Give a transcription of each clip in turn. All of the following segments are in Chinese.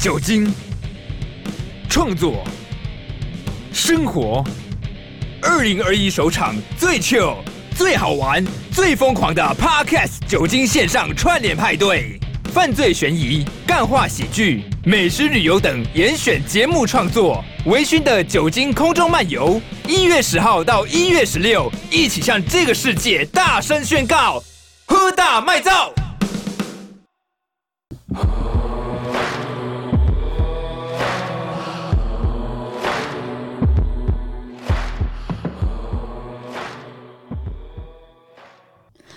酒精、创作、生活。二零二一首场最 chill、最好玩、最疯狂的 Podcast 酒精线上串联派对，犯罪悬疑、干化喜剧、美食旅游等严选节目创作，微醺的酒精空中漫游。一月十号到一月十六，一起向这个世界大声宣告：喝大卖造！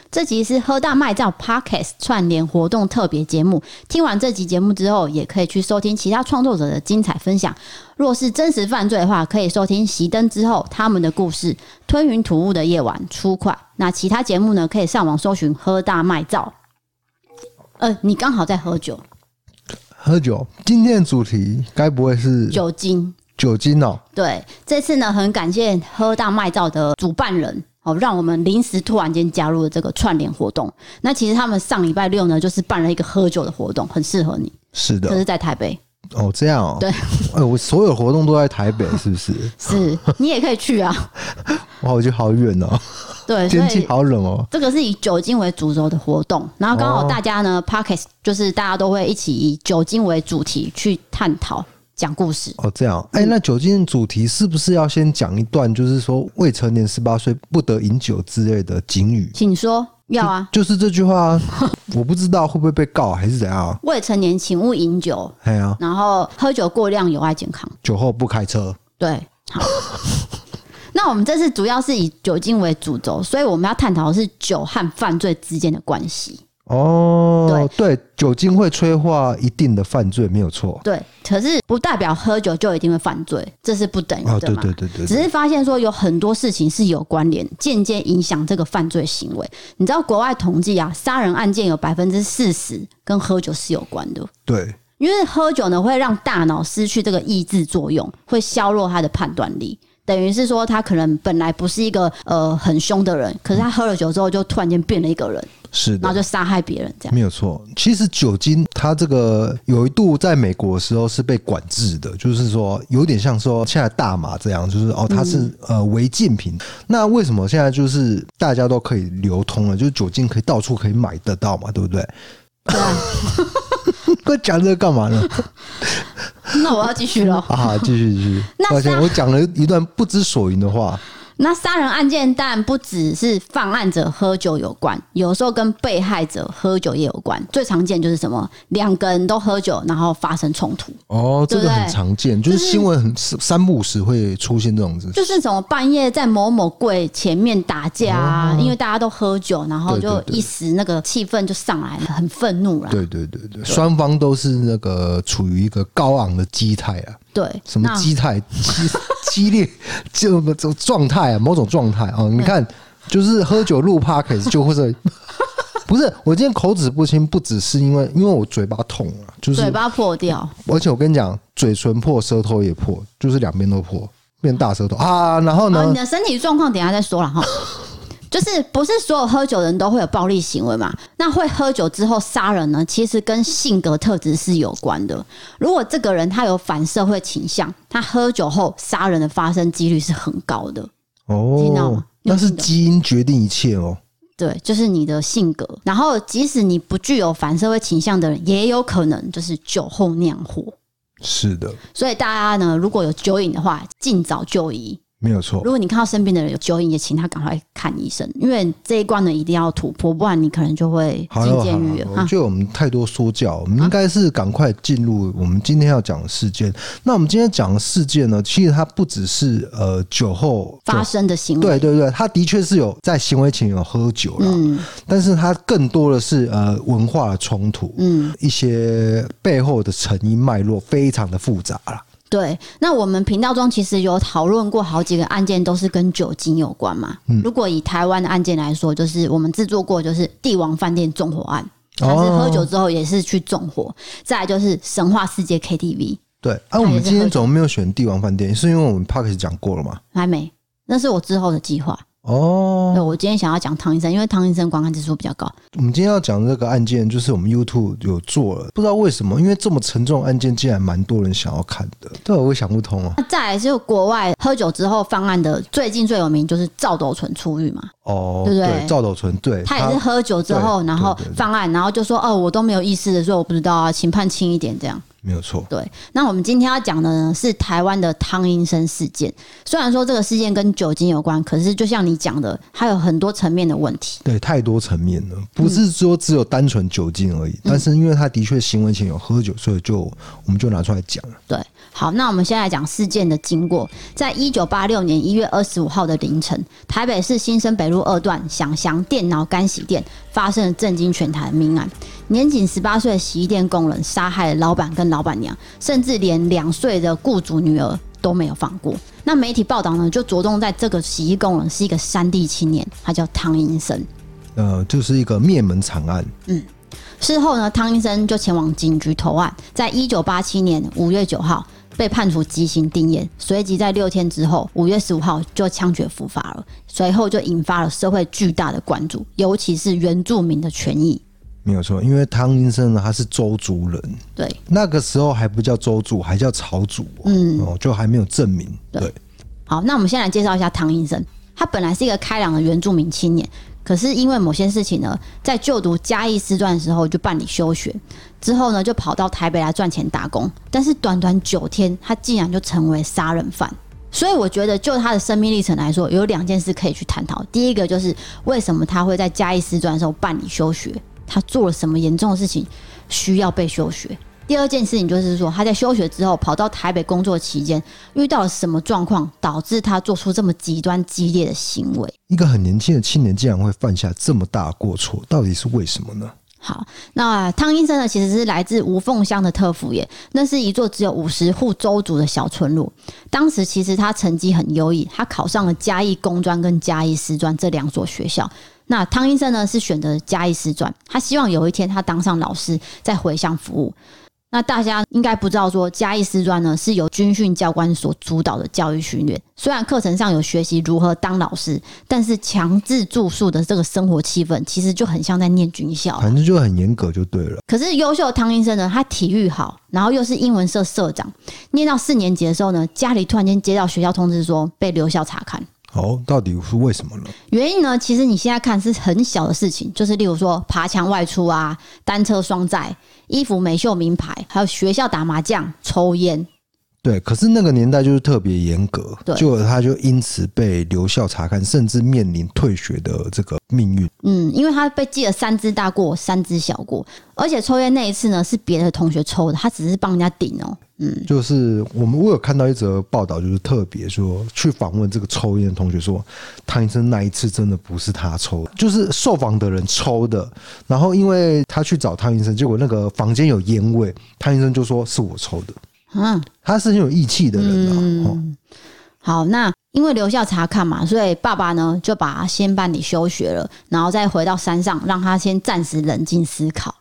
这集是喝大卖照 Podcast 串联活动特别节目。听完这集节目之后，也可以去收听其他创作者的精彩分享。若是真实犯罪的话，可以收听熄灯之后他们的故事，《吞云吐雾的夜晚》出快。那其他节目呢，可以上网搜寻喝大卖照。呃，你刚好在喝酒，喝酒，今天的主题该不会是酒精。酒精哦？对，这次呢，很感谢喝大麦照的主办人。哦，让我们临时突然间加入了这个串联活动。那其实他们上礼拜六呢，就是办了一个喝酒的活动，很适合你。是可是，的，在台北，哦，这样哦。对，哎，我所有活动都在 台北，是不是？ 是你也可以去啊。哇，我觉得好远哦，对，所天以气好冷哦。这个是以酒精为主轴的活动，然后刚好哦大家呢 p o c k e t 就是大家都会一起以酒精为主题去探讨、讲故事。哦，这样哦，嗯哎、那酒精主题是不是要先讲一段，就是说未成年十八岁不得饮酒之类的警语？请说，要啊，就是这句话、 啊，我不知道会不会被告还是怎样啊。未成年请勿饮酒，哎呀、然后喝酒过量有害健康。酒后不开车，对， 好。那我们这次主要是以酒精为主轴，所以我们要探讨的是酒和犯罪之间的关系。哦，对，酒精会催化一定的犯罪，没有错。对，可是不代表喝酒就一定会犯罪，这是不等于的嘛？哦，对对对对，只是发现说有很多事情是有关联，间接影响这个犯罪行为。你知道国外统计啊，杀人案件有百分之四十跟喝酒是有关的，对，因为喝酒呢会让大脑失去这个抑制作用，会削弱他的判断力。等于是说，他可能本来不是一个呃很凶的人，可是他喝了酒之后就突然间变了一个人，是然的后。就杀害别人这样。没有错，其实酒精它这个有一度在美国的时候是被管制的，就是说有点像说现在大麻这样，就是哦它是、嗯呃违禁品。那为什么现在就是大家都可以流通了，就是酒精可以到处可以买得到嘛，对不对？ 对啊， 哥讲这个干嘛呢？那我要继续 了。啊，继续继续那，而且是啊我讲了一段不知所云的话，那杀人案件当然不只是犯案者喝酒有关，有时候跟被害者喝酒也有关。最常见就是什么，两个人都喝酒，然后发生冲突，哦，这对个不对很常见，就是就是新闻很三不五时会出现这种事。就是什么半夜在某某柜前面打架啊，因为大家都喝酒，然后对哦对就对一时那个气氛就上来了，很愤怒啦。对对对对，双方都是那个处于一个高昂的基态啊。对，什么那基态、激激 烈、就这种状态啊，某种状态啊。你看，就是喝酒录 p o d 就会是， 不是我今天口齿不清，不只是因为因为我嘴巴痛啊，就是嘴，巴破掉，而且我跟你讲，嘴唇破，舌头也破，就是两边都破，变大舌头啊。然后哦，呢你，的身体状况等一下再说了 哈。就是不是所有喝酒的人都会有暴力行为嘛？那会喝酒之后杀人呢，其实跟性格特质是有关的。如果这个人他有反社会倾向，他喝酒后杀人的发生几率是很高的。听到哦吗，那是听到基因决定一切哦。对，就是你的性格。然后，即使你不具有反社会倾向的人，也有可能就是酒后酿祸。是的，所以大家呢，如果有酒瘾的话，尽早就医。没有错如。果你看到身边的人有酒瘾，也请他赶快看医生，因为这一关呢一定要突破，不然你可能就会好进了，监狱了好了，我啊！觉得我们太多说教，嗯我们应该是赶快进入我们今天要讲的事件。那我们今天讲的事件呢，其实它不只是呃酒后发，生的行酒为，对对对，它的确是有在行为前有喝酒了，嗯但是它更多的是呃文化的冲突，嗯，一些背后的成因脉络非常的复杂啦。对。那我们频道中其实有讨论过好几个案件，都是跟酒精有关嘛。嗯如果以台湾的案件来说，就是我们制作过就是帝王饭店纵火案，他是喝酒之后也是去纵火，再来就是神话世界 KTV 对，啊，我们今天怎么没有选帝王饭店？是因为我们 p a r k 讲过了嘛？还没，那是我之后的计划。哦，对，我今天想要讲汤医生，因为汤医生观看指数比较高。我们今天要讲的这个案件，就是我们 YouTube 有做了，不知道为什么，因为这么沉重的案件，竟然蛮多人想要看的，对我也想不通啊。那再来就国外喝酒之后犯案的，最近最有名就是赵斗淳出狱嘛，哦，对不对对，赵斗淳，对他也是喝酒之后，对然后对对对犯案，然后就说哦，我都没有意识的，所以我不知道啊，请判轻一点这样。没有错，对，那我们今天要讲的呢是台湾的汤医生事件。虽然说这个事件跟酒精有关，可是就像你讲的，它有很多层面的问题。对，太多层面了，不是说只有单纯酒精而已，嗯但是因为他的确行为前有喝酒，所以就我们就拿出来讲了。对，好，那我们先来讲事件的经过。在一九八六年一月二十五号的凌晨，台北市新生北路二段响祥电脑干洗店发生了震惊全台的命案，年仅十八岁的洗衣店工人杀害了老板跟老板娘，甚至连两岁的雇主女儿都没有放过。那媒体报道呢，就着重在这个洗衣工人是一个山地青年，他叫汤英生。呃，就是一个灭门惨案，事后呢，汤医生就前往警局投案，在一九八七年五月九号被判处极刑定谳，随即在六天之后，五月十五号就枪决伏法了，随后就引发了社会巨大的关注，尤其是原住民的权益。没有错。因为汤英生呢，他是周族人，对，那个时候还不叫周族，还叫朝族、哦，嗯，哦，就还没有证明，对对，好，那我们先来介绍一下汤医生。他本来是一个开朗的原住民青年，可是因为某些事情呢，在就读嘉义师专的时候就办理休学，之后呢就跑到台北来赚钱打工。但是短短九天，他竟然就成为杀人犯。所以我觉得，就他的生命历程来说，有两件事可以去探讨。第一个就是为什么他会在嘉义师专的时候办理休学，他做了什么严重的事情需要被休学？第二件事情就是说，他在休学之后跑到台北工作期间，遇到了什么状况，导致他做出这么极端激烈的行为？一个很年轻的青年竟然会犯下这么大的过错，到底是为什么呢？好，那汤医生呢，其实是来自无缝乡的特服爷，那是一座只有五十户州族的小村落。当时其实他成绩很优异，他考上了嘉义工专跟嘉义师专这两所学校。那汤医生呢是选择嘉义师专，他希望有一天他当上老师，再回乡服务。那大家应该不知道说，嘉义师专呢是由军训教官所主导的教育训练，虽然课程上有学习如何当老师，但是强制住宿的这个生活气氛，其实就很像在念军校啊。反正就很严格就对了。可是优秀的汤医生呢，他体育好，然后又是英文社社长。念到四年级的时候呢，家里突然间接到学校通知说被留校查看。哦，到底是为什么呢？原因呢，其实你现在看是很小的事情，就是例如说爬墙外出啊，单车双载，衣服没绣名牌，还有学校打麻将、抽烟。对，可是那个年代就是特别严格对，结果他就因此被留校查看，甚至面临退学的这个命运。嗯，因为他被记了三只大过，三只小过，而且抽烟那一次呢是别的同学抽的，他只是帮人家顶哦、嗯，就是我们我有看到一则报道，就是特别说去访问这个抽烟的同学说，汤医生那一次真的不是他抽的，就是受访的人抽的。然后因为他去找汤医生，结果那个房间有烟味，汤医生就说是我抽的。嗯，他是很有义气的人啊，哦，好，那因为留校查看嘛，所以爸爸呢就把他先办理休学了，然后再回到山上，让他先暂时冷静思考。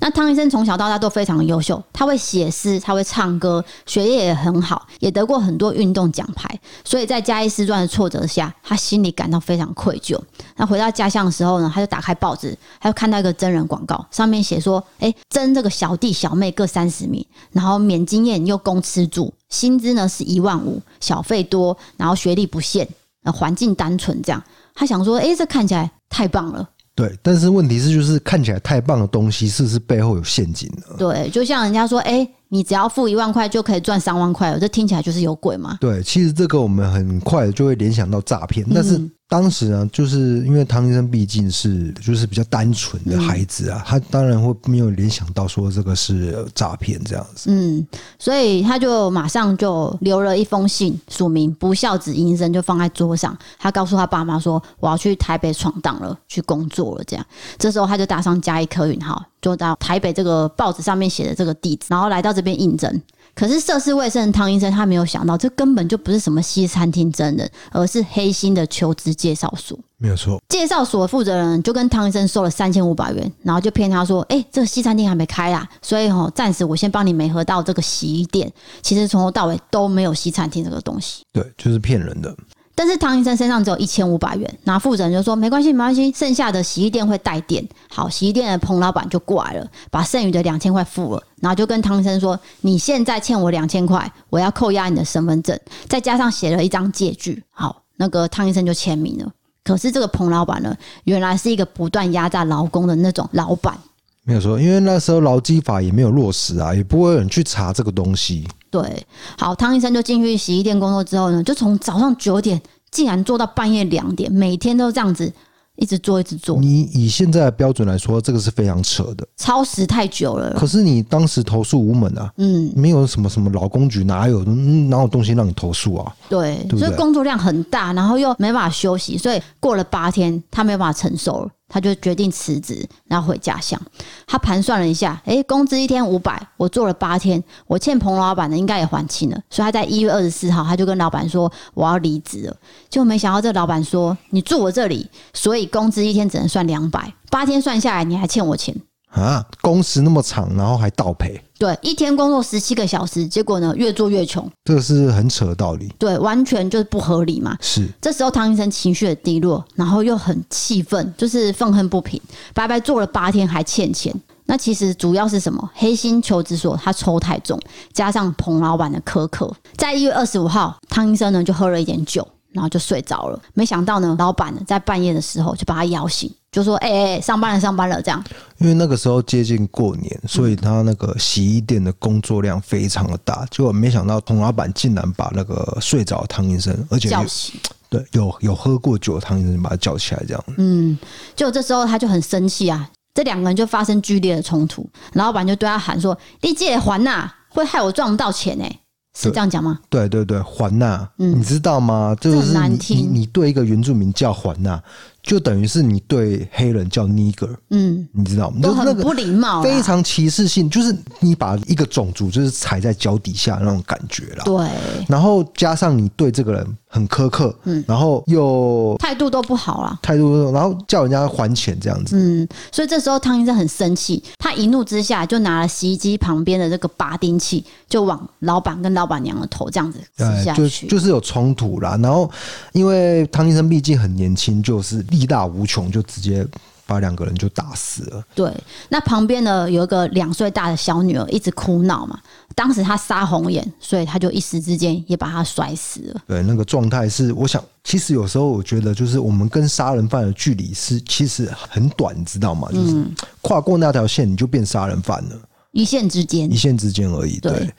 那汤医生从小到大都非常优秀，他会写诗，他会唱歌，学业也很好，也得过很多运动奖牌。所以在嘉义师专的挫折下，他心里感到非常愧疚。那回到家乡的时候呢，他就打开报纸，他就看到一个真人广告，上面写说：“哎、征这个小弟小妹各三十名，然后免经验又供吃住，薪资呢是一万五，小费多，然后学历不限，呃，环境单纯这样。”他想说：“哎、这看起来太棒了。”对。但是问题是，就是看起来太棒的东西，是不是背后有陷阱呢？对，就像人家说，哎、你只要付一万块就可以赚三万块了，这听起来就是有鬼嘛。对，其实这个我们很快就会联想到诈骗，但是当时呢，就是因为汤医生毕竟是就是比较单纯的孩子啊，他当然会没有联想到说这个是呃诈骗这样子。嗯，所以他就马上就留了一封信，署名不孝子医生，就放在桌上。他告诉他爸妈说：“我要去台北闯荡了，去工作了。”这样，这时候他就搭上加一客运号，就到台北这个报纸上面写的这个地址，然后来到这边应征。可是涉世未深的汤医生，他没有想到，这根本就不是什么西餐厅真人，而是黑心的求职介绍所。没有错，介绍所负责人就跟汤医生收了三千五百元，然后就骗他说：“哎、这个西餐厅还没开啦，所以哦，暂时我先帮你没合到这个洗衣店。”其实从头到尾都没有西餐厅这个东西。对，就是骗人的。但是唐医生身上只有一千五百元，然后负责人就说没关系，没关系，剩下的洗衣店会带电。好，洗衣店的彭老板就过来了，把剩余的两千块付了，然后就跟唐医生说：“你现在欠我两千块，我要扣押你的身份证，再加上写了一张借据。”好，那个唐医生就签名了。可是这个彭老板呢，原来是一个不断压榨劳工的那种老板。没有说，因为那时候劳基法也没有落实啊，也不会有人去查这个东西。对，好，汤医生就进去洗衣店工作之后呢，就从早上九点竟然做到半夜两点，每天都这样子一直做一直做，你以现在的标准来说，这个是非常扯的。超时太久了。可是你当时投诉无门啊，嗯，没有什么什么劳工局哪有嗯哪有东西让你投诉啊？对，对不对所以工作量很大，然后又没办法休息，所以过了八天，他没有办法承受了，他就决定辞职，然后回家乡。他盘算了一下，诶，工资一天五百，我做了八天，我欠彭老板的应该也还清了，所以他在一月二十四号，他就跟老板说我要离职了。结果没想到这老板说你住我这里，所以工资一天只能算两百，八天算下来你还欠我钱。啊，工时那么长，然后还倒赔，对，一天工作十七个小时，结果呢越做越穷，这个是很扯的道理。对，完全就是不合理嘛。是这时候汤医生情绪很低落，然后又很气愤，就是愤恨不平，白白做了八天还欠钱。那其实主要是什么？黑心求职所他抽太重，加上彭老板的苛刻，在一月二十五号，汤医生呢就喝了一点酒，然后就睡着了。没想到呢，老板呢在半夜的时候就把他摇醒，就说：“哎、哎、哎上班了，上班了。”这样，因为那个时候接近过年，嗯所以他那个洗衣店的工作量非常的大，结果没想到童老板竟然把那个睡着的汤医生，而且有叫醒。对有有喝过酒的汤医生把他叫起来，这样嗯，就这时候他就很生气啊，这两个人就发生剧烈的冲突，老板就对他喊说：“你借还呐、会害我赚不到钱哎、是对这样讲吗？对对对，环娜，嗯你知道吗？这这就很是难你你听你对一个原住民叫环娜，就等于是你对黑人叫 nigger，嗯，你知道吗？都就是那很个不礼貌啦，非常歧视性，就是你把一个种族就是踩在脚底下那种感觉啦。对，然后加上你对这个人很苛刻，嗯然后又态度都不好啦。态度，然后叫人家还钱这样子，嗯，所以这时候汤医生很生气，他一怒之下就拿了洗衣机旁边的这个拔钉器，就往老板跟老板娘的头这样子刺嗯下哎就去。就是有冲突啦。然后因为汤医生毕竟很年轻，就是力大无穷，就直接把两个人就打死了。对，那旁边呢有一个两岁大的小女儿一直哭闹嘛，当时她杀红眼，所以她就一时之间也把她摔死了。对，那个状态是，我想，其实有时候我觉得，就是我们跟杀人犯的距离是其实很短，你知道吗？就是嗯跨过那条线，你就变杀人犯了，一线之间一，线之间而已。对对，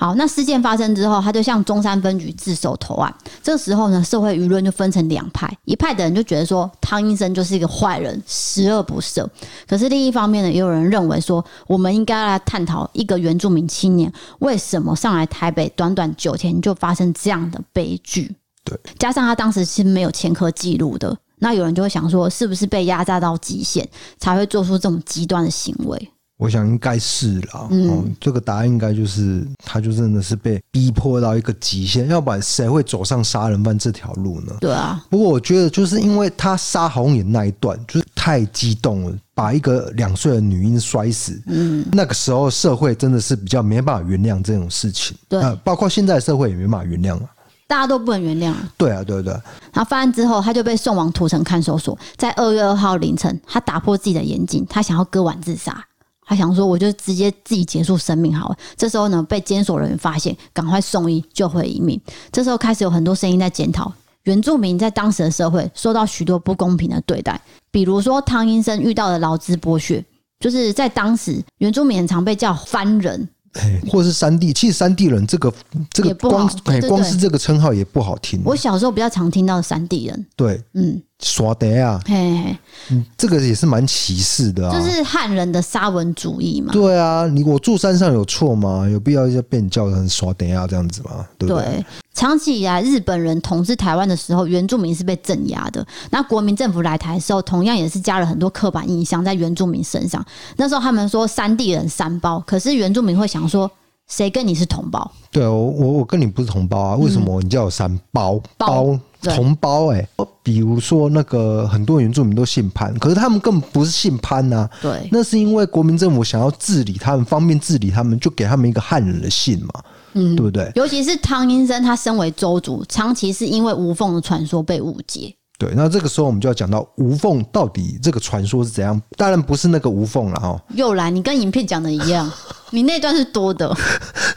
好，那事件发生之后，他就向中山分局自首投案。这时候呢，社会舆论就分成两派，一派的人就觉得说汤医生就是一个坏人，十恶不赦；可是另一方面呢，也有人认为说，我们应该来探讨一个原住民青年为什么上来台北短短九天就发生这样的悲剧。对，加上他当时是没有前科记录的，那有人就会想说，是不是被压榨到极限才会做出这种极端的行为？我想应该是啦。嗯嗯、这个答案应该就是，他就真的是被逼迫到一个极限，要不然谁会走上杀人犯这条路呢？对啊，不过我觉得，就是因为他杀红眼那一段，就是太激动了，把一个两岁的女婴摔死。嗯，那个时候社会真的是比较没办法原谅这种事情。对呃，包括现在社会也没办法原谅啊。大家都不能原谅啊。对啊，对啊对啊，然后犯案之后，他就被送往土城看守所。在二月二号凌晨，他打破自己的眼睛，他想要割腕自杀。他想说，我就直接自己结束生命好了。这时候呢，被监所人员发现，赶快送医救回一命。这时候开始有很多声音在检讨原住民在当时的社会受到许多不公平的对待，比如说汤医生遇到的劳资剥削，就是在当时原住民很常被叫番人，哎，或是山地，其实山地人这个这嗯也个不好光对哎对光对是这个称号也不好听。我小时候比较常听到的山地人，对，嗯，耍得啊，嘿嘿嘿，这个也是蛮歧视的啊。就是汉人的沙文主义嘛。对啊，你我住山上有错吗？有必要要被你叫成耍得啊这样子吗？对不对？对，长期以来，日本人统治台湾的时候，原住民是被镇压的。那国民政府来台的时候，同样也是加了很多刻板印象在原住民身上。那时候他们说山地人三胞，可是原住民会想说，谁跟你是同胞？对我我我跟你不是同胞啊，为什么你叫我三胞胞嗯对同胞、欸？哎，比如说那个很多原住民都姓潘，可是他们根本不是姓潘啊呐、对，那是因为国民政府想要治理他们，方便治理他们，就给他们一个汉人的姓嘛。嗯对不对？尤其是汤医生，他身为州主，长期是因为无缝的传说被误解。对，那这个时候我们就要讲到无缝到底这个传说是怎样？当然不是那个无缝了哈，又来，你跟影片讲的一样，你那段是多的，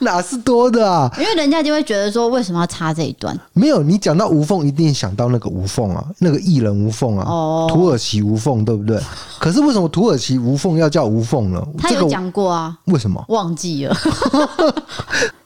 哪是多的啊？因为人家就会觉得说，为什么要插这一段？没有，你讲到无缝，一定想到那个无缝啊，那个艺人无缝啊，哦土耳其无缝，对不 对？可是为什么土耳其无缝要叫无缝呢？他这个有我讲过啊，为什么？忘记了。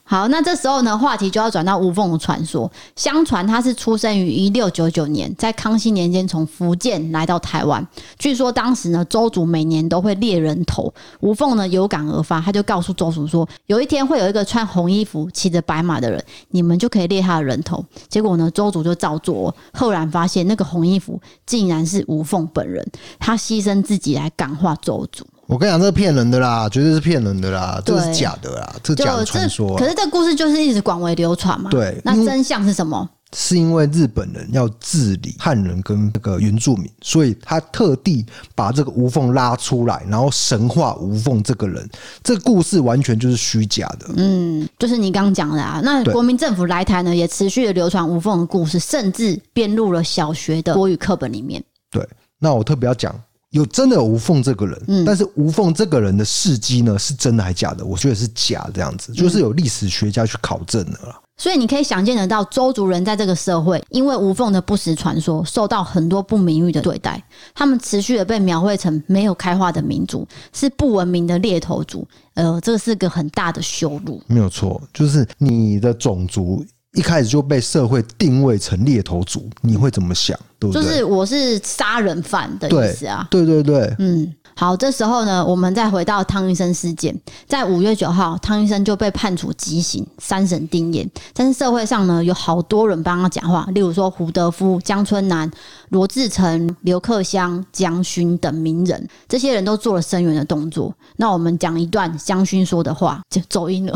好，那这时候呢，话题就要转到无缝的传说。相传他是出生于一六九九年，在康熙年间从福建来到台湾。据说当时呢，周主每年都会猎人头，无缝呢有感而发，他就告诉周主说，有一天会有一个穿红衣服、骑着白马的人，你们就可以猎他的人头。结果呢，周主就照做哦，赫然发现那个红衣服竟然是无缝本人，他牺牲自己来感化周主。我跟你讲，这是骗人的啦，绝对是骗人的啦，这对是假的啦，这就假的这，传说、可啊。是这故事就是一直广为流传嘛。对那因为真相是什么？是因为日本人要治理汉人跟那个原住民，所以他特地把这个无缝拉出来，然后神话无缝这个人，这个故事完全就是虚假的。嗯，就是你刚刚讲的啊。那对国民政府来台呢，也持续的流传无缝的故事，甚至编入了小学的国语课本里面。对，那我特别要讲，有真的有无缝这个人，嗯但是无缝这个人的事迹呢，是真的还假的？我觉得是假，这样子嗯就是有历史学家去考证的啦。所以你可以想见得到，周族人在这个社会，因为无缝的不实传说，受到很多不名誉的对待。他们持续的被描绘成没有开化的民族，是不文明的猎头族。呃，这是个很大的羞辱。没有错，就是你的种族一开始就被社会定位成猎头族，你会怎么想？对不就对？是我是杀人犯的意思啊。对对对，嗯，好，这时候呢，我们再回到汤医生事件，在五月九号，汤医生就被判处极刑，三审定谳。但是社会上呢，有好多人帮他讲话，例如说胡德夫、江春南、罗志成、刘克襄、江勋等名人，这些人都做了声援的动作。那我们讲一段江勋说的话，就走音了。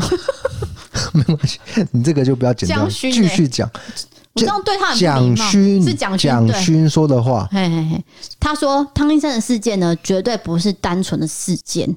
你这个就不要剪掉，蒋勋继欸续讲。我这 样对他很不蒋礼貌勋是蒋勋蒋对勋说的话，嘿嘿嘿，他说汤医生的事件呢，绝对不是单纯的事件。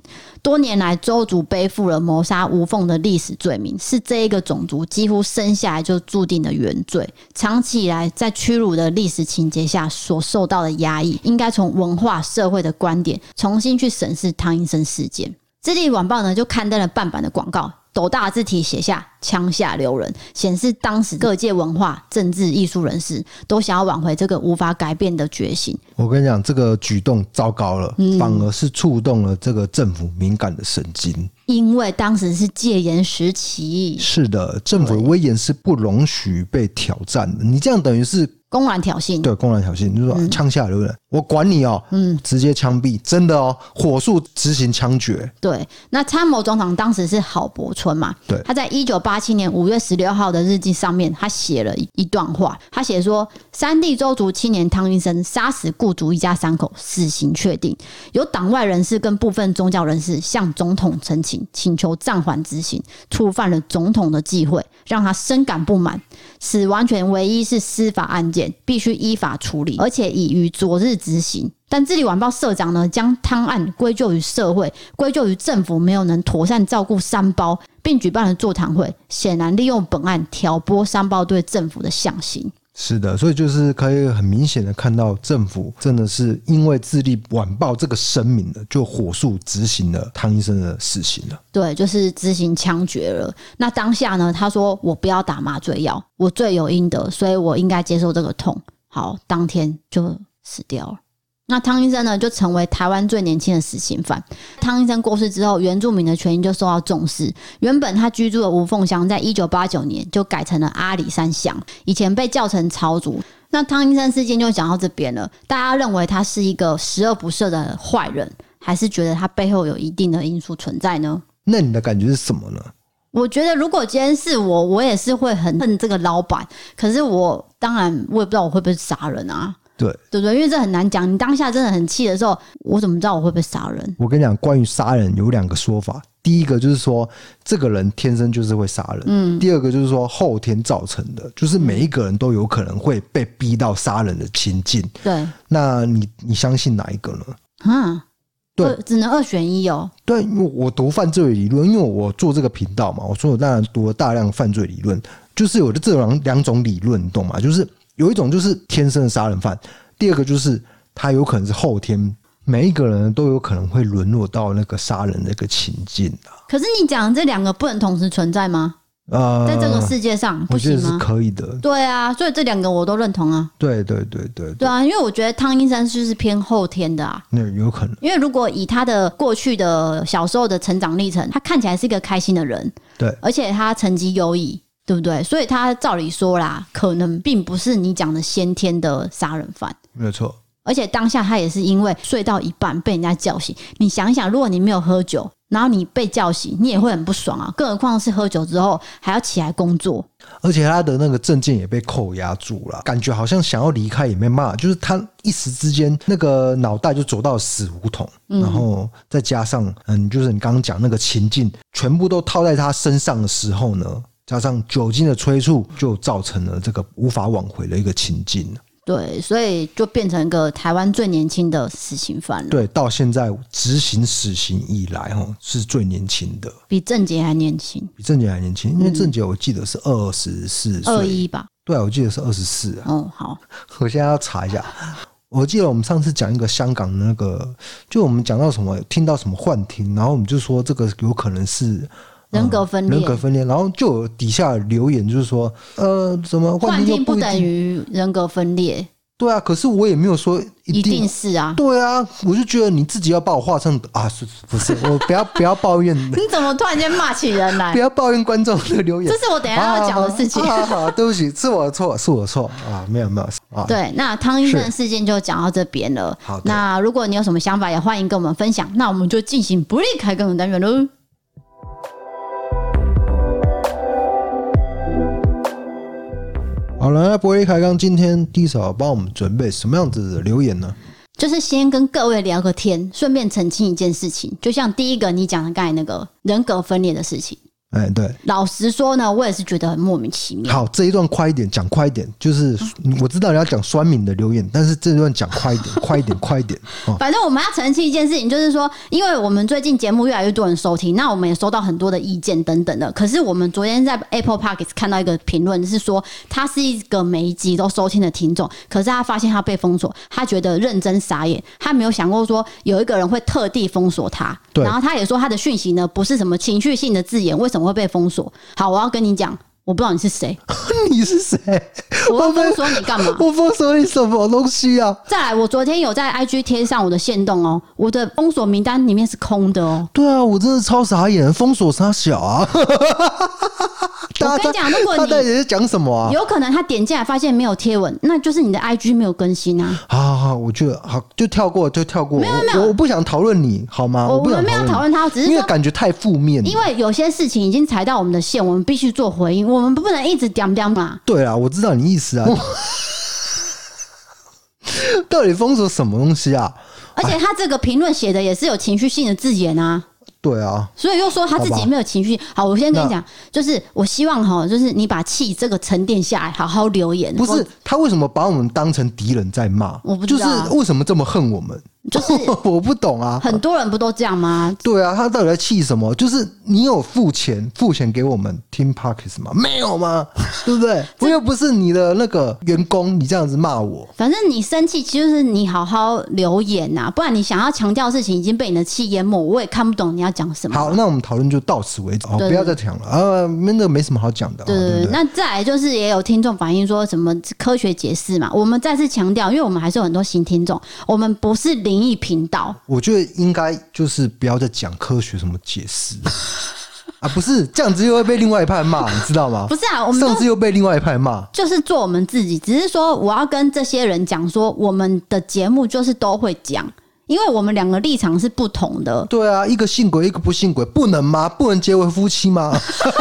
多年来，周族背负了谋杀无缝的历史罪名，是这一个种族几乎生下来就注定的原罪。长期以来，在屈辱的历史情节下所受到的压抑，应该从文化社会的观点重新去审视汤医生事件。智利晚报呢就刊登了半版的广告，斗大字体写下“枪下留人”，显示当时各界文化、政治、艺术人士都想要挽回这个无法改变的决心。我跟你讲，这个举动糟糕了，嗯反而是触动了这个政府敏感的神经。因为当时是戒严时期，是的，政府的威严是不容许被挑战的。你这样等于是公然挑衅，对公然挑衅，你就是说枪下留人，我管你哦，嗯直接枪毙，真的哦，火速执行枪决。对，那参谋总长当时是郝柏村嘛？对他在一九八七年五月十六号的日记上面，他写了一一段话，他写说：三地州族青年汤医生杀死雇主一家三口，死刑确定。有党外人士跟部分宗教人士向总统陈情，请求暂缓执行，触犯了总统的忌讳，让他深感不满。此完全唯一是司法案件，必须依法处理，而且已于昨日执行。但《智利晚报》社长呢，将贪案归咎于社会，归咎于政府没有能妥善照顾三包，并举办了座谈会，显然利用本案挑拨三包对政府的象形。是的，所以就是可以很明显的看到，政府真的是因为《智利晚报》这个声明呢，就火速执行了汤医生的死刑了。对，就是执行枪决了。那当下呢，他说：“我不要打麻醉药，我罪有应得，所以我应该接受这个痛。”好，当天就死掉了。那汤医生呢，就成为台湾最年轻的死刑犯。汤医生过世之后，原住民的权益就受到重视。原本他居住的无缝乡，在一九八九年就改成了阿里山乡，以前被叫成草族。那汤医生事件就讲到这边了，大家认为他是一个十恶不赦的坏人，还是觉得他背后有一定的因素存在呢？那你的感觉是什么呢？我觉得如果今天是我，我也是会很恨这个老板。可是我当然我也不知道我会不会杀人啊，对对不对？因为这很难讲。你当下真的很气的时候，我怎么知道我会不会杀人？我跟你讲，关于杀人有两个说法，第一个就是说这个人天生就是会杀人，嗯，第二个就是说后天造成的，就是每一个人都有可能会被逼到杀人的情境。对，那你你相信哪一个呢？啊，对二只能二选一哦。对，因为我读犯罪理论，因为我做这个频道嘛，我说我当然读了大量犯罪理论，就是有的这两两种理论，你懂吗？就是有一种就是天生的杀人犯，第二个就是他有可能是后天，每一个人都有可能会沦落到那个杀人那个情境啊。可是你讲这两个不能同时存在吗？呃，在这个世界上不我觉行得是吗？可以的。对啊，所以这两个我都认同啊。对对对对对啊，因为我觉得汤医生就是偏后天的啊。那有可能。因为如果以他的过去的小时候的成长历程，他看起来是一个开心的人，对，而且他成绩优异，对不对？所以他照理说啦，可能并不是你讲的先天的杀人犯。没有错。而且当下他也是因为睡到一半被人家叫醒。你想一想，如果你没有喝酒，然后你被叫醒，你也会很不爽啊。更何况是喝酒之后还要起来工作，而且他的那个证件也被扣押住了，感觉好像想要离开也没骂，就是他一时之间那个脑袋就走到死胡同，嗯然后再加上嗯，就是你刚刚讲那个情境，全部都套在他身上的时候呢，加上酒精的催促，就造成了这个无法挽回的一个情境。对，所以就变成一个台湾最年轻的死刑犯了，对，到现在执行死刑以来，哦，是最年轻的，比郑杰还年轻，比郑杰还年轻，因为郑杰我记得是二十四嗯二岁，一吧？对啊，我记得是二十四啊。 哦，好，我现在要查一下。我记得我们上次讲一个香港的那个，就我们讲到什么，听到什么幻听，然后我们就说这个有可能是呃人格分裂嗯人，格分裂，然后就有底下留言就是说，呃，什么幻幻听听又不一等定，于人格分裂，对啊，可是我也没有说一一定，定是啊。对啊，我就觉得你自己要把我画成啊，是不是？我不要不要抱怨， 你怎么突然间骂起人来不？要抱怨观众的留言这，是我等一下要讲的事情。啊啊啊啊对不起，是我的错，是我的错啊，没有没有啊， 对，那汤医生的是事件就讲到这边了好的。那如果你有什么想法，也欢迎跟我们分享。那我们就进行不利开更的单元喽。好了，那伯利凯刚今天第一手帮我们准备什么样子的留言呢？就是先跟各位聊个天，顺便澄清一件事情。就像第一个你讲的刚才那个人格分裂的事情，哎，对，老实说呢，我也是觉得很莫名其妙。好，这一段快一点，讲快一点。就是我知道你要讲酸敏的留言，但是这段讲快一点，快一点，快一点哦。反正我们要澄清一件事情，就是说，因为我们最近节目越来越多人收听，那我们也收到很多的意见等等的。可是我们昨天在 Apple p o c k e t 看到一个评论，是说他是一个每一集都收听的听众，可是他发现他被封锁，他觉得认真傻眼，他没有想过说有一个人会特地封锁他。对然后他也说他的讯息呢不是什么情绪性的字眼，为什么会被封锁？好，我要跟你讲，我不知道你是 谁，你是谁？我要被封锁你干 嘛？我封锁你什么东西啊？再来，我昨天有在 IG 贴上我的限动哦，我的封锁名单里面是空的哦。对啊，我真的超傻眼，封锁傻小啊！我大跟家你讲，如果他到底你在讲什么啊？有可能他点进来发现没有贴文，那就是你的 IG 没有更新啊。好好好，我觉得好，就跳过，就跳过。我我我不想讨论你，好吗？我我我不想们没有讨论论他，只你，是因为说。感觉太负面了。因为有些事情已经踩到我们的线，我们必须做回应，我们不能一直屌屌嘛。对啦，我知道你 意思啊。到底封锁什么东西啊？而且他这个评论写的也是有情绪性的字眼啊，对啊，所以又说他自己没有情绪。哎好，我先跟你讲，就是我希望哈，就是你把气这个沉淀下来，好好留言。不是他为什么把我们当成敌人在骂？我不就知是道啊为什么这么恨我们？就是 我不懂啊。很多人不都这样吗？对啊，他到底在气什么？就是你有付钱付钱给我们听 Parkes 吗？没有吗？对 不对？我又不是你的那个员工，你这样子骂我，反正你生气，其实就是你好好留言呐、不然你想要强调的事情已经被你的气淹没，我也看不懂你要讲什么。好，那我们讨论就到此为止，哦，嗯对不要再讲了啊，那个没什么好讲的，对哦对不对，对？那再来就是也有听众反映说什么科学解释嘛，我们再次强调，因为我们还是有很多新听众，我们不是灵异频道，我觉得应该就是不要再讲科学什么解释 啊，不是这样子又会被另外一派骂，你知道吗？ 不是啊，我们上都次又被另外一派骂，就是做我们自己，只是说我要跟这些人讲说，我们的节目就是都会讲，因为我们两个立场是不同 的，对啊，一个信鬼，一个不信鬼，不能吗？不能结为夫妻吗？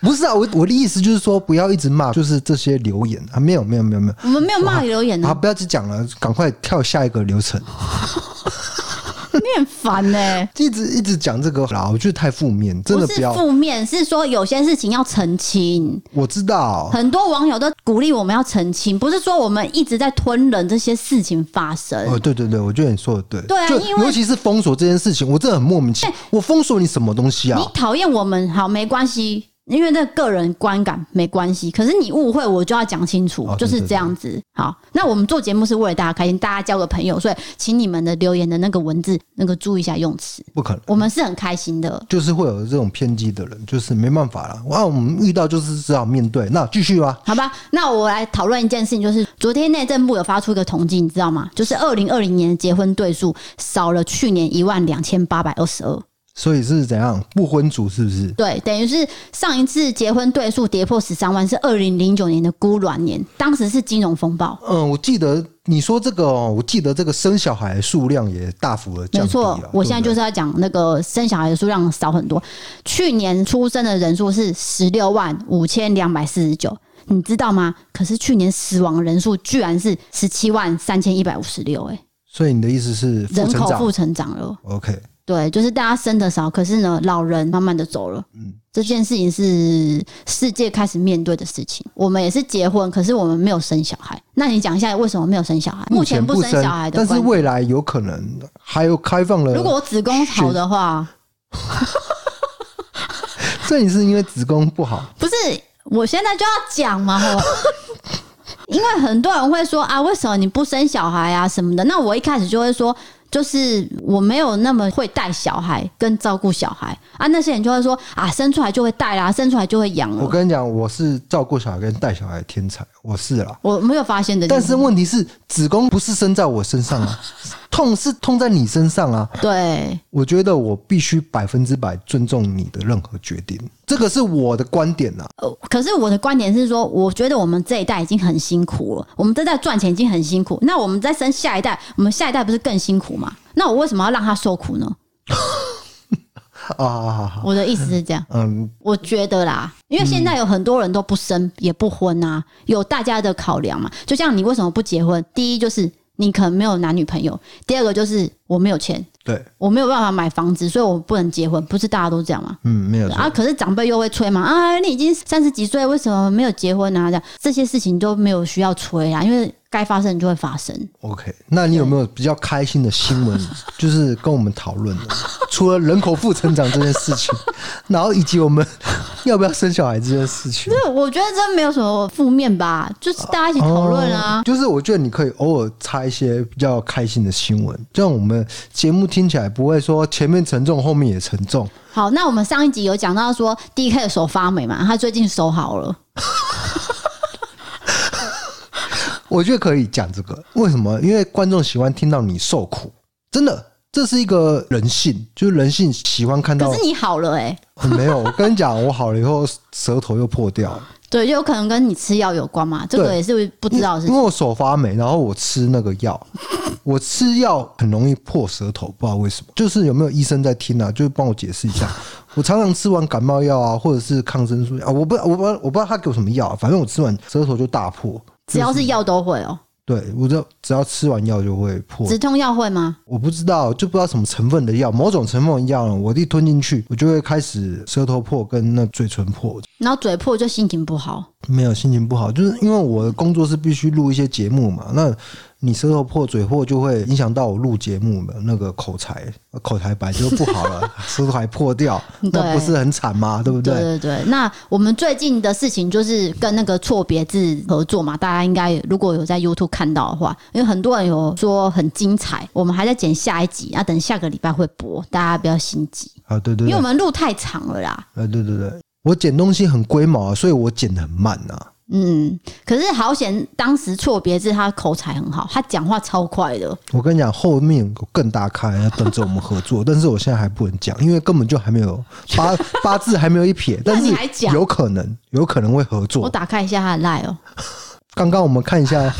不是啊，我我的意思就是说，不要一直骂，就是这些留言啊，没有没有没有没有。我们没有 骂你留言啊！啊，不要去讲了，赶快跳下一个流程。你很烦呢、一直一直讲这个啊啦，我觉得太负面，真的不不是要。负面，是说有些事情要澄清。我知道，很多网友都鼓励我们要澄清，不是说我们一直在吞忍这些事情发生。哦，对对对，我觉得你说的对。对啊就因为哎尤其是封锁这件事情，我真的很莫名其妙。我封锁你什么东西啊你？讨厌我们好没关系，因为那个人观感没关系。可是你误会我就要讲清楚，哦就对是这样子。好，那我们做节目是为了大家开心，大家交个朋友，所以请你们的留言的那个文字那个注意一下用词，不可能，我们是很开心的。就是会有这种偏激的人，就是没办法了。哇，我们遇到就是只好面对。那继续吧。好吧，那我来讨论一件事情，就是昨天内政部有发出一个统计，你知道吗？就是二零二零年的结婚对数少了去年一万两千八百二十二，所以是怎样不婚族是不是？对，等于是上一次结婚对数跌破十三万是二零零九年的孤卵年，当时是金融风暴。嗯，我记得你说这个哦，我记得这个生小孩的数量也大幅的没降低错了。，我现在就是是要讲那个生小孩的数量少很多，去年出生的人数是十六万五千两百四十九，你知道吗？可是去年死亡人数居然是十七万三千一百五十六，哎，所以你的意思是负人成口长负成长了。 ？OK，对，就是大家生的少，可是呢，老人慢慢的走了。嗯，这件事情是世界开始面对的事情。我们也是结婚，可是我们没有生小孩。那你讲一下为什么没有生小孩？目前前不不生小孩的但观点，是未来有可能还有开放了。如果我子宫好的话，这里是因为子宫不好，不是，我现在就要讲嘛，吼 因为很多人会说啊，为什么你不生小孩啊什么的？那我一开始就会说，就是我没有那么会带小孩跟照顾小孩啊。那些人就会说啊，生出来就会带啦，生出来就会养我了。跟你讲，我是照顾小孩跟带小孩的天才，我是啦。我没有发现的，但是问题是，子宫不是生在我身上 啊，痛是痛在你身上啊。对，我觉得我必须百分之百尊重你的任何决定，这个是我的观点啊呐、呃，可是我的观点是说，我觉得我们这一代已经很辛苦了，我们这代赚钱已经很辛苦，那我们再生下一代，我们下一代不是更辛苦吗？那我为什么要让他受苦呢？啊。好好好，我的意思是这样。嗯，我觉得啦，因为现在有很多人都不生也不婚啊，有大家的考量嘛。就像你为什么不结婚？第一就是你可能没有男女朋友，第二个就是我没有钱，对，我没有办法买房子，所以我不能结婚。不是大家都这样吗？嗯，没有错。啊，可是长辈又会催嘛，啊，你已经三十几岁，为什么没有结婚啊？这样这些事情都没有需要催啊，因为该发生就会发生。 OK，那你有没有比较开心的新 闻，就是跟我们讨论的？除了人口负成长这件事情，然后以及我们要不要生小孩这件事 情，对，我觉得这没有什么负面吧，就是大家一起讨论啊哦。就是我觉得你可以偶尔插一些比较开心的新闻，这样我们节目听起来不会说前面沉重，后面也沉重。好，那我们上一集有讲到说 D K 的手发霉嘛，他最近手好哦了。我觉得可以讲这个，为什么？因为观众喜欢听到你受苦，真的。这是一个人性，就是人性喜欢看到可是你好了哎、没有。我跟你讲，我好了以后，舌头又破掉了，对，就有可能跟你吃药有关嘛，这个对也是不知道的事因情。为我手发霉，然后我吃那个药， 我吃药很容易破舌头，不知道为什么。就是有没有医生在听啊？就是帮我解释一下。 我常常吃完感冒药啊，或者是抗生素啊，我不我不我不知道他给我什么药啊、反正我吃完舌头就大破。只要是药都会哦、对，我就只要吃完药就会破。止痛药会吗？我不知道，就不知道什么成分的药，某种成分的药呢，我一吞进去，我就会开始舌头破跟那嘴唇破，然后嘴破就心情不好，没有心情不好，就是因为我的工作是必须录一些节目嘛，那你舌头破嘴破就会影响到我录节目的那个口才，口才本来就不好 了，舌头还破掉，那不是很惨吗？对不对对对？对。那我们最近的事情就是跟那个错别字合作嘛，大家应该如果有在 YouTube 看到的话，因为很多人有说很精彩，我们还在剪下一集，那、等下个礼拜会播，大家不要心急，啊，对因对对为我，们路太长了啦。啊，对对对，我剪东西很龟毛啊，所以我剪的很慢呐、啊。嗯，可是好险，当时错别字他口才很好，他讲话超快的。我跟你讲，后面有更大咖要等着我们合作， 但是我现在还不能讲，因为根本就还没有八八字还没有一 撇，但你是还讲有可能有可能会合我作。打开一下他的 line 哦、刚刚我们看 一下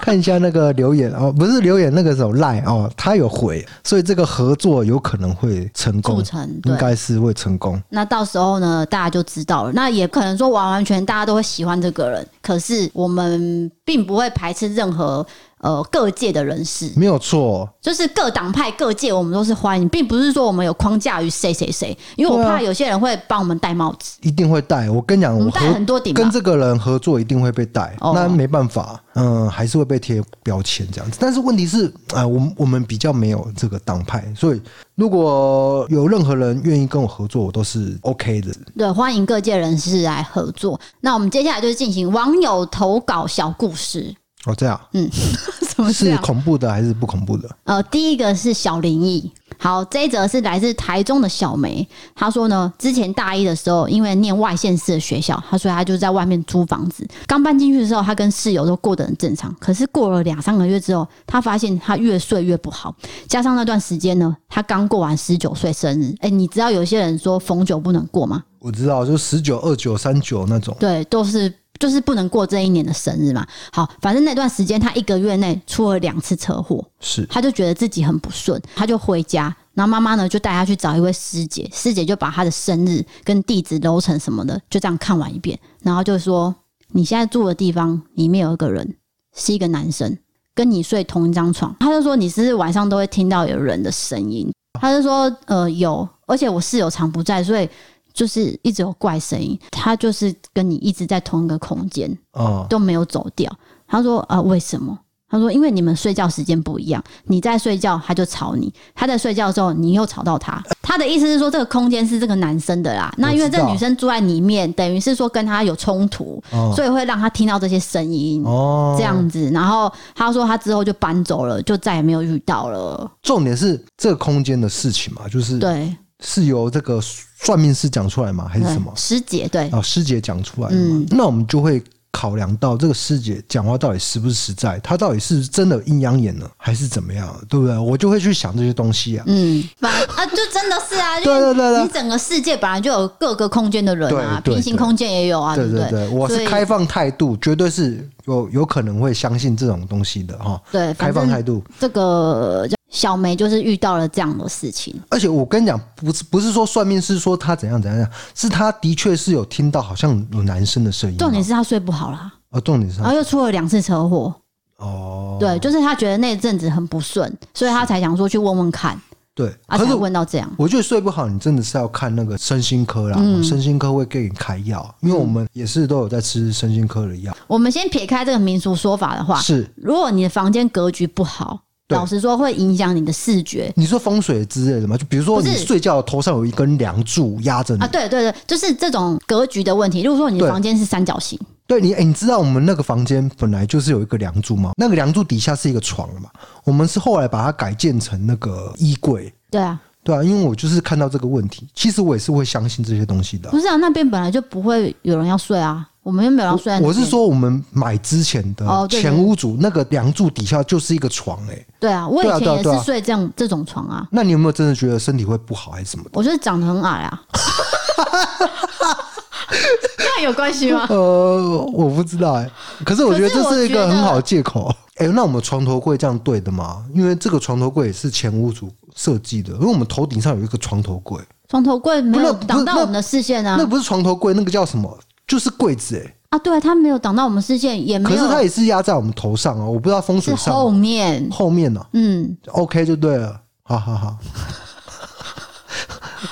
看一下那个留言哦，不是留言那个什么赖哦，他有回，所以这个合作有可能会成促功，成对应。该是会成功。那到时候呢，大家就知道了。那也可能说完完全大家都会喜欢这个人，可是我们并不会排斥任何呃各界的人士，没有错，就是各党派各界我们都是欢迎，并不是说我们有框架于谁谁谁，因为我对啊怕有些人会帮我们戴帽子，一定会带。我跟你讲，我我们戴合很多顶吧跟这个人合作一定会被带，哦那没办法，嗯，还是会被贴标签这样子。但是问题是，啊、我们我们比较没有这个党派，所以如果有任何人愿意跟我合作，我都是 OK 的。对，欢迎各界人士来合作。那我们接下来就是进行网友投稿小故事，嗯哦，这样 什么这是样？恐怖的还是不恐怖的？呃，第一个是小灵异。好，这一则是来自台中的小梅，她说呢，之前大一的时候，因为念外县市的学校，她所以她就在外面租房子。刚搬进去的时候，她跟室友都过得很正常。可是过了两三个月之后，她发现她越睡越不好，加上那段时间呢，她刚过完十九岁生日。哎、你知道有些人说逢九不能过吗？我知道，就十九、二九、三九那种。对，都是就是不能过这一年的生日嘛。好，反正那段时间她一个月内出了两次车祸，是她就觉得自己很不顺，她就回家。然后妈妈呢就带她去找一位师姐，师姐就把她的生日跟地址、楼层什么的就这样看完一遍，然后就说：“你现在住的地方里面有一个人是一个男生，跟你睡同一张床。”她就说：“你是不是晚上都会听到有人的声音？”她就说：“呃，有，而且我室友常不在，所以就是一直有怪声音。他就是跟你一直在同一个空间，啊、都没有走掉。他说啊、呃为什么？他说因为你们睡觉时间不一样，你在睡觉他就吵你，他在睡觉的时候你又吵到他。他的意思是说这个空间是这个男生的啦，那因为这我知道女生住在里面，等于是说跟他有冲突，哦所以会让他听到这些声音。哦，这样子，然后他说他之后就搬走了，就再也没有遇到了。重点是这个空间的事情嘛，就是对，是由这个算命师讲出来吗？还是对什么师姐对，啊师姐讲出来的嘛？嗯那我们就会考量到这个师姐讲话到底实不实在，她到底是真的有阴阳眼呢，还是怎么样，对不对？我就会去想这些东西啊。嗯，反啊，就真的是 啊，因为对对对对你整个世界本来就有各个空间的人啊，对对平行空间也有啊，对不对对，我所是以开放态度，绝对是有有可能会相信这种东西的哈。对开放态。度反正，这个小梅就是遇到了这样的事情，而且我跟你讲，不是不是说算命师说他怎样怎样，怎样，是他的确是有听到好像有男生的声音嘛。啊重点是她睡不好啦，哦，重点是然他后又出了两次车祸，哦，对，就是她觉得那阵子很不顺，所以她才想说去问问看，对，啊，嗯可才是问到这样。我觉得睡不好，你真的是要看那个身心科啦，嗯身心科会给你开药，因为我们也是都有在吃身心科的药，我们先撇开这个民俗说法的话，是。如果你的房间格局不好，对老实说会影响你的视觉，你说风水之类的吗？就比如说不你是睡觉头上有一根梁柱压着你，啊，对对对，就是这种格局的问题。如果说你的对房间是三角形，对你，哎、你知道我们那个房间本来就是有一个梁柱吗？那个梁柱底下是一个床嘛，我们是后来把它改建成那个衣柜，对啊，对啊，因为我就是看到这个问题，其实我也是会相信这些东西的啊。不是啊，那边本来就不会有人要睡啊，我们又没有人要睡在那我是边，说，我们买之前哦的对对前屋主那个梁柱底下就是一个床、哎，对啊，我以对啊前对啊也对是啊睡这样这种床啊，那你有没有真的觉得身体会不好还是 什么的？我就是长得很矮 啊，那有关系吗？呃，我不知道哎、可是我觉得这是一个很好的借口。 哎、那我们床头柜这样对的吗？因为这个床头柜也是前屋主设计的，因为我们头顶上有一个床头柜，床头柜没有不是挡那到我们的视线啊那，不是床头柜，那个叫什么？就是柜子哎、啊，对啊，它没有挡到我们视线，也没可是它有也是压在我们头上哦，我不知道风是水上后面，后面啊呢、嗯， OK 就对了，好好 好。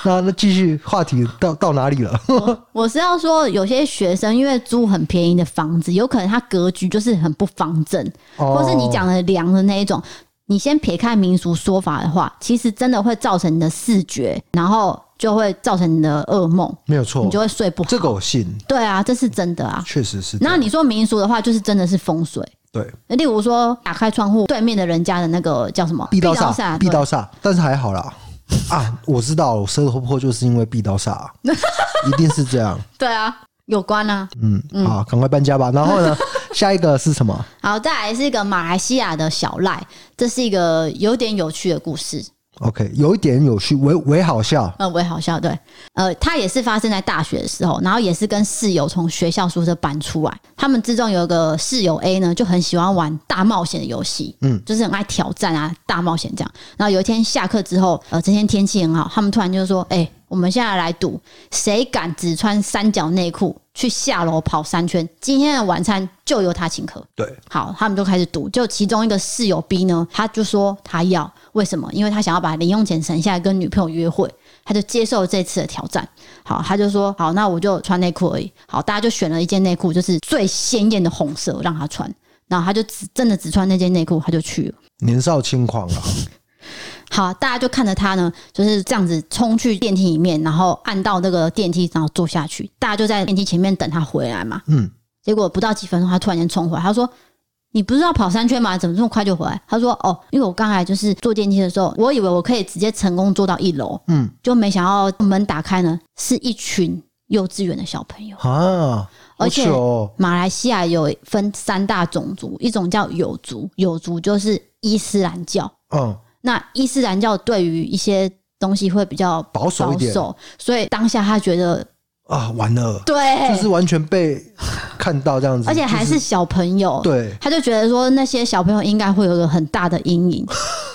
那那继续话题到到哪里了？我是要说，有些学生因为租很便宜的房子，有可能他格局就是很不方正，哦或是你讲的凉的那一种。你先撇开民俗说法的话，其实真的会造成你的视觉，然后就会造成你的噩梦， 没有错你就，会睡不好。这个我信，对啊，这是真的啊。确实是这样。那你说民俗的话，就是真的是风水。对例如说，打开窗户，对面的人家的那个叫什么？壁刀煞，壁壁刀刀煞煞，但是还好啦。啊，我知道，我舌头破就是因为壁刀 煞啊，一定是这样。对对啊，有关啊。嗯，好，赶快搬家吧。然 后呢，下一个是什么？好，再来是一个马来西亚的小赖，这是一个有点有趣的故事。 OK，有一点有趣，微微好笑。呃，我也好笑，对，呃，他也是发生在大学的时候，然后也是跟室友从学校宿舍搬出来。他们之中有一个室友 A 呢，就很喜欢玩大冒险的游戏，嗯，就是很爱挑战啊，大冒险这样。然后有一天下课之后，呃，这天天气很好，他们突然就说：“哎、我们现在来赌，谁敢只穿三角内裤去下楼跑三圈，今天的晚餐就由他请客。对，好，他们就开始赌。就其中一个室友 B 呢，他就说他要，为什么？因为他想要把零用钱省下来跟女朋友约会，他就接受这次的挑战。好，他就说好，那我就穿内裤而已。好，大家就选了一件内裤，就是最鲜艳的红色让他穿。然后他就只真的只穿那件内裤，他就去了。年少轻狂啊，好，大家就看着他呢，就是这样子冲去电梯里面，然后按到那个电梯，然后坐下去。大家就在电梯前面等他回来嘛。嗯，结果不到几分钟，他突然间冲回来，他说：“你不是要跑三圈吗？怎么这么快就回来？”他说：“哦，因为我刚才就是坐电梯的时候，我以为我可以直接成功坐到一楼，嗯就没想到门打开呢，是一群幼稚园的小朋友。”啊，而且好糗哦哦马来西亚有分三大种族，一种叫友族，友族就是伊斯兰教，嗯，那伊斯兰教对于一些东西会比较保守一点保守所以当下他觉得啊，完了，对，就是完全被看到这样子，而且还就是小朋友，对，他就觉得说那些小朋友应该会有一个很大的阴影，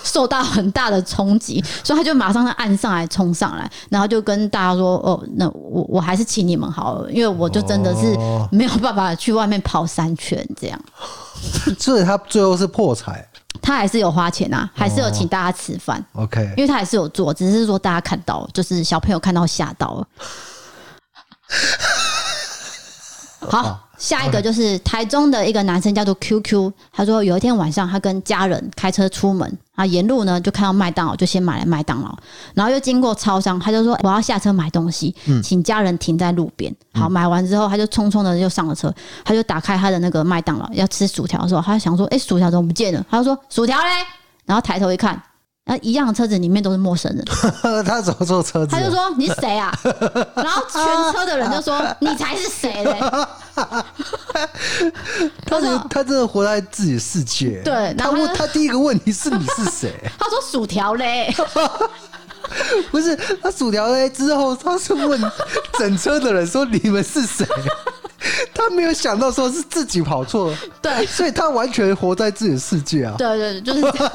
受到很大的冲击，所以他就马上按上来冲上来，然后就跟大家说：“哦，那我我还是请你们好了，因为我就真的是哦没有办法去外面跑三圈这样。”所以他最后是破财。他还是有花钱啊，还是有请大家吃饭。 OK，因为他也是有做，只是说大家看到，就是小朋友看到吓到了。好，下一个就是台中的一个男生叫做 QQ，他说有一天晚上他跟家人开车出门啊，沿路呢就看到麦当劳，就先买了麦当劳，然后又经过超商，他就说、欸我要下车买东西，请家人停在路边。好，买完之后他就匆匆的又上了车，他就打开他的那个麦当劳要吃薯条的时候，他想说，哎、薯条怎么不见了？他就说薯条嘞，然后抬头一看，然后一样的车子里面都是陌生 人，他怎么坐车子他就啊？说你是谁啊？ 然后全车的人就说你才是谁嘞？他他说他真的活在自己的世 界。对然他后问他他第一个问题是你是 谁？ 他说薯条嘞，不是他薯条嘞之后，他是问整车的人说你们是 谁？他没有想到说是自己跑错了，对所以他完全活在自己的世界啊。对对对，就是这 样，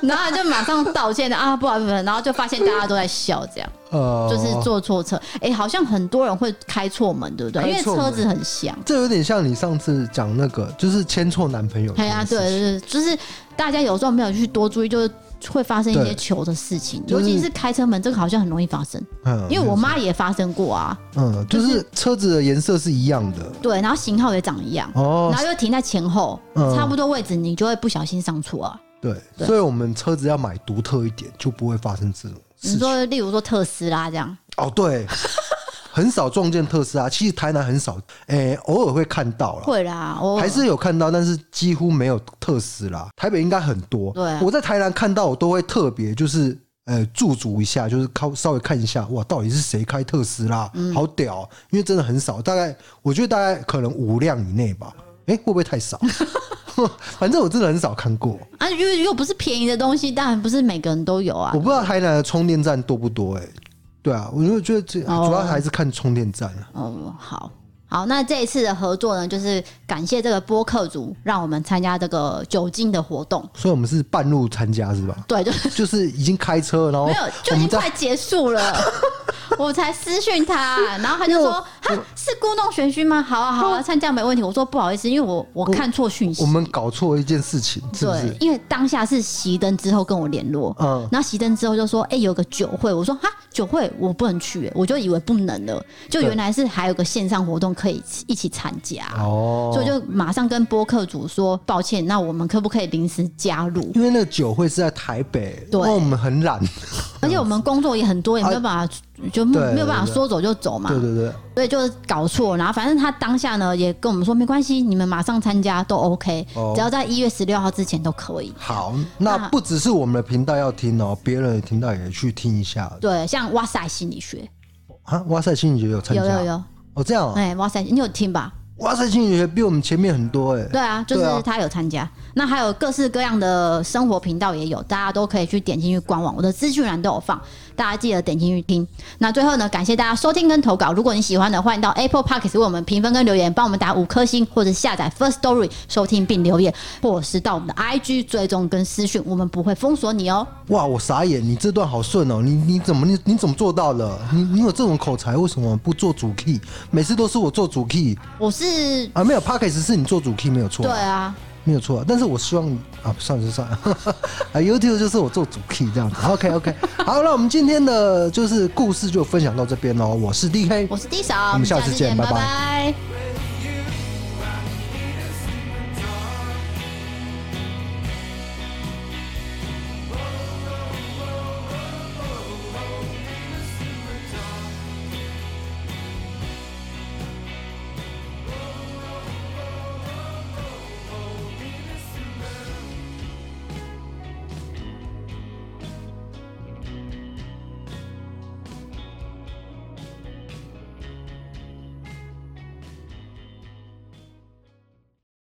然后他就马上道歉的啊，不好意思，不好意思然后就发现大家都在笑，这样呃，就是坐错车。哎，好像很多人会开错门，对不对？因为开错门车子很像。这有点像你上次讲那个，就是牵错男朋友。哎呀，对，对，对就是大家有时候没有去多注意，就是会发生一些对糗的事情，就尤是其是开车门，这个好像很容易发生。嗯因为我妈也发生过啊，嗯，就是车子的颜色是一样的对，然后型号也长一样，哦然，后又停在前后，嗯差不多位置，你就会不小心上错啊。对，对所以我们车子要买独特一点，就不会发生这种你事情。说，例如说特斯拉这样，哦，对， 很少撞见特斯拉，其实台南很少，哎、偶尔会看到了。会啦，我还是有看到，但是几乎没有特斯拉。台北应该很多。对啊我在台南看到，我都会特别就是呃驻足一下，就是靠稍微看一下，哇，到底是谁开特斯拉？嗯好屌哦！因为真的很少，大概我觉得大概可能五辆以内吧。哎、会不会 太少？反正我真的很少看过，啊，又又不是便宜的东西，当然不是每个人都有啊我。不知道台南的充电站多不多、哎，对啊，我就觉得这主哦要还是看充电站啊。哦，好。好，那这一次的合作呢，就是感谢这个播客组让我们参加这个酒精的活动。所以我们是半路参加 是吧？对，就就是已经开车，然后没有，就哦我已经们在快结束 了，我才私讯他，然后他就说：“哈，是故弄玄虚吗？好啊，好啊，参加没问题。”我说：“不好意思，因为我我看错讯息。”我们搞错一件事情，是不是对，？因为当下是熄灯之后跟我联络，嗯然后熄灯之后就说：“哎、有个酒会。”我说：“哈，酒会我不能去、我就以为不能了，就对原来是还有个线上活动可以一起参加。哦，所以就马上跟播客组说抱歉，那我们可不可以临时加入？因为那个酒会是在台北，对因为我们很懒，而且我们工作也很多，也没有办法，就对对没有办法对说走就走嘛。对对对，所以就搞错，然后反正他当下呢也跟我们说没关系，你们马上参加都 OK，、哦只要在一月十六号之前都可以。好，那不只是我们的频道要听哦，别人的频道也去听一下对，像哇塞心理学啊。哇塞，心理学有参加，有有有，哦，这样、哦，哎、哇塞，你有听吧？哇塞，心理学比我们前面很多哎、对啊，就对是啊他有参加。那还有各式各样的生活频道也有，大家都可以去点进去官网，我的资讯栏都有放，大家记得点进去听。那最后呢，感谢大家收听跟投稿。如果你喜欢的，欢迎到 Apple Podcast 为我们评分跟留言，帮我们打五颗星，或者下载 First Story 收听并留言，或者是到我们的 IG 追踪跟私讯，我们不会封锁你哦。哇，我傻眼，你这段好顺哦，你你怎么你你怎么做到的？你你有这种口才，为什么不做主 key？每次都是我做主 key 我是啊，没有 p a c k a g e 是你做主 key 没有错，对啊，没有错。但是我希望你啊，算了就算了 啊，YouTube 就是我做主 key 这样子。OK OK，好，那我们今天的就是故事就分享到这边喽。我是 DK，我是 D 我嫂，们下次见拜拜拜拜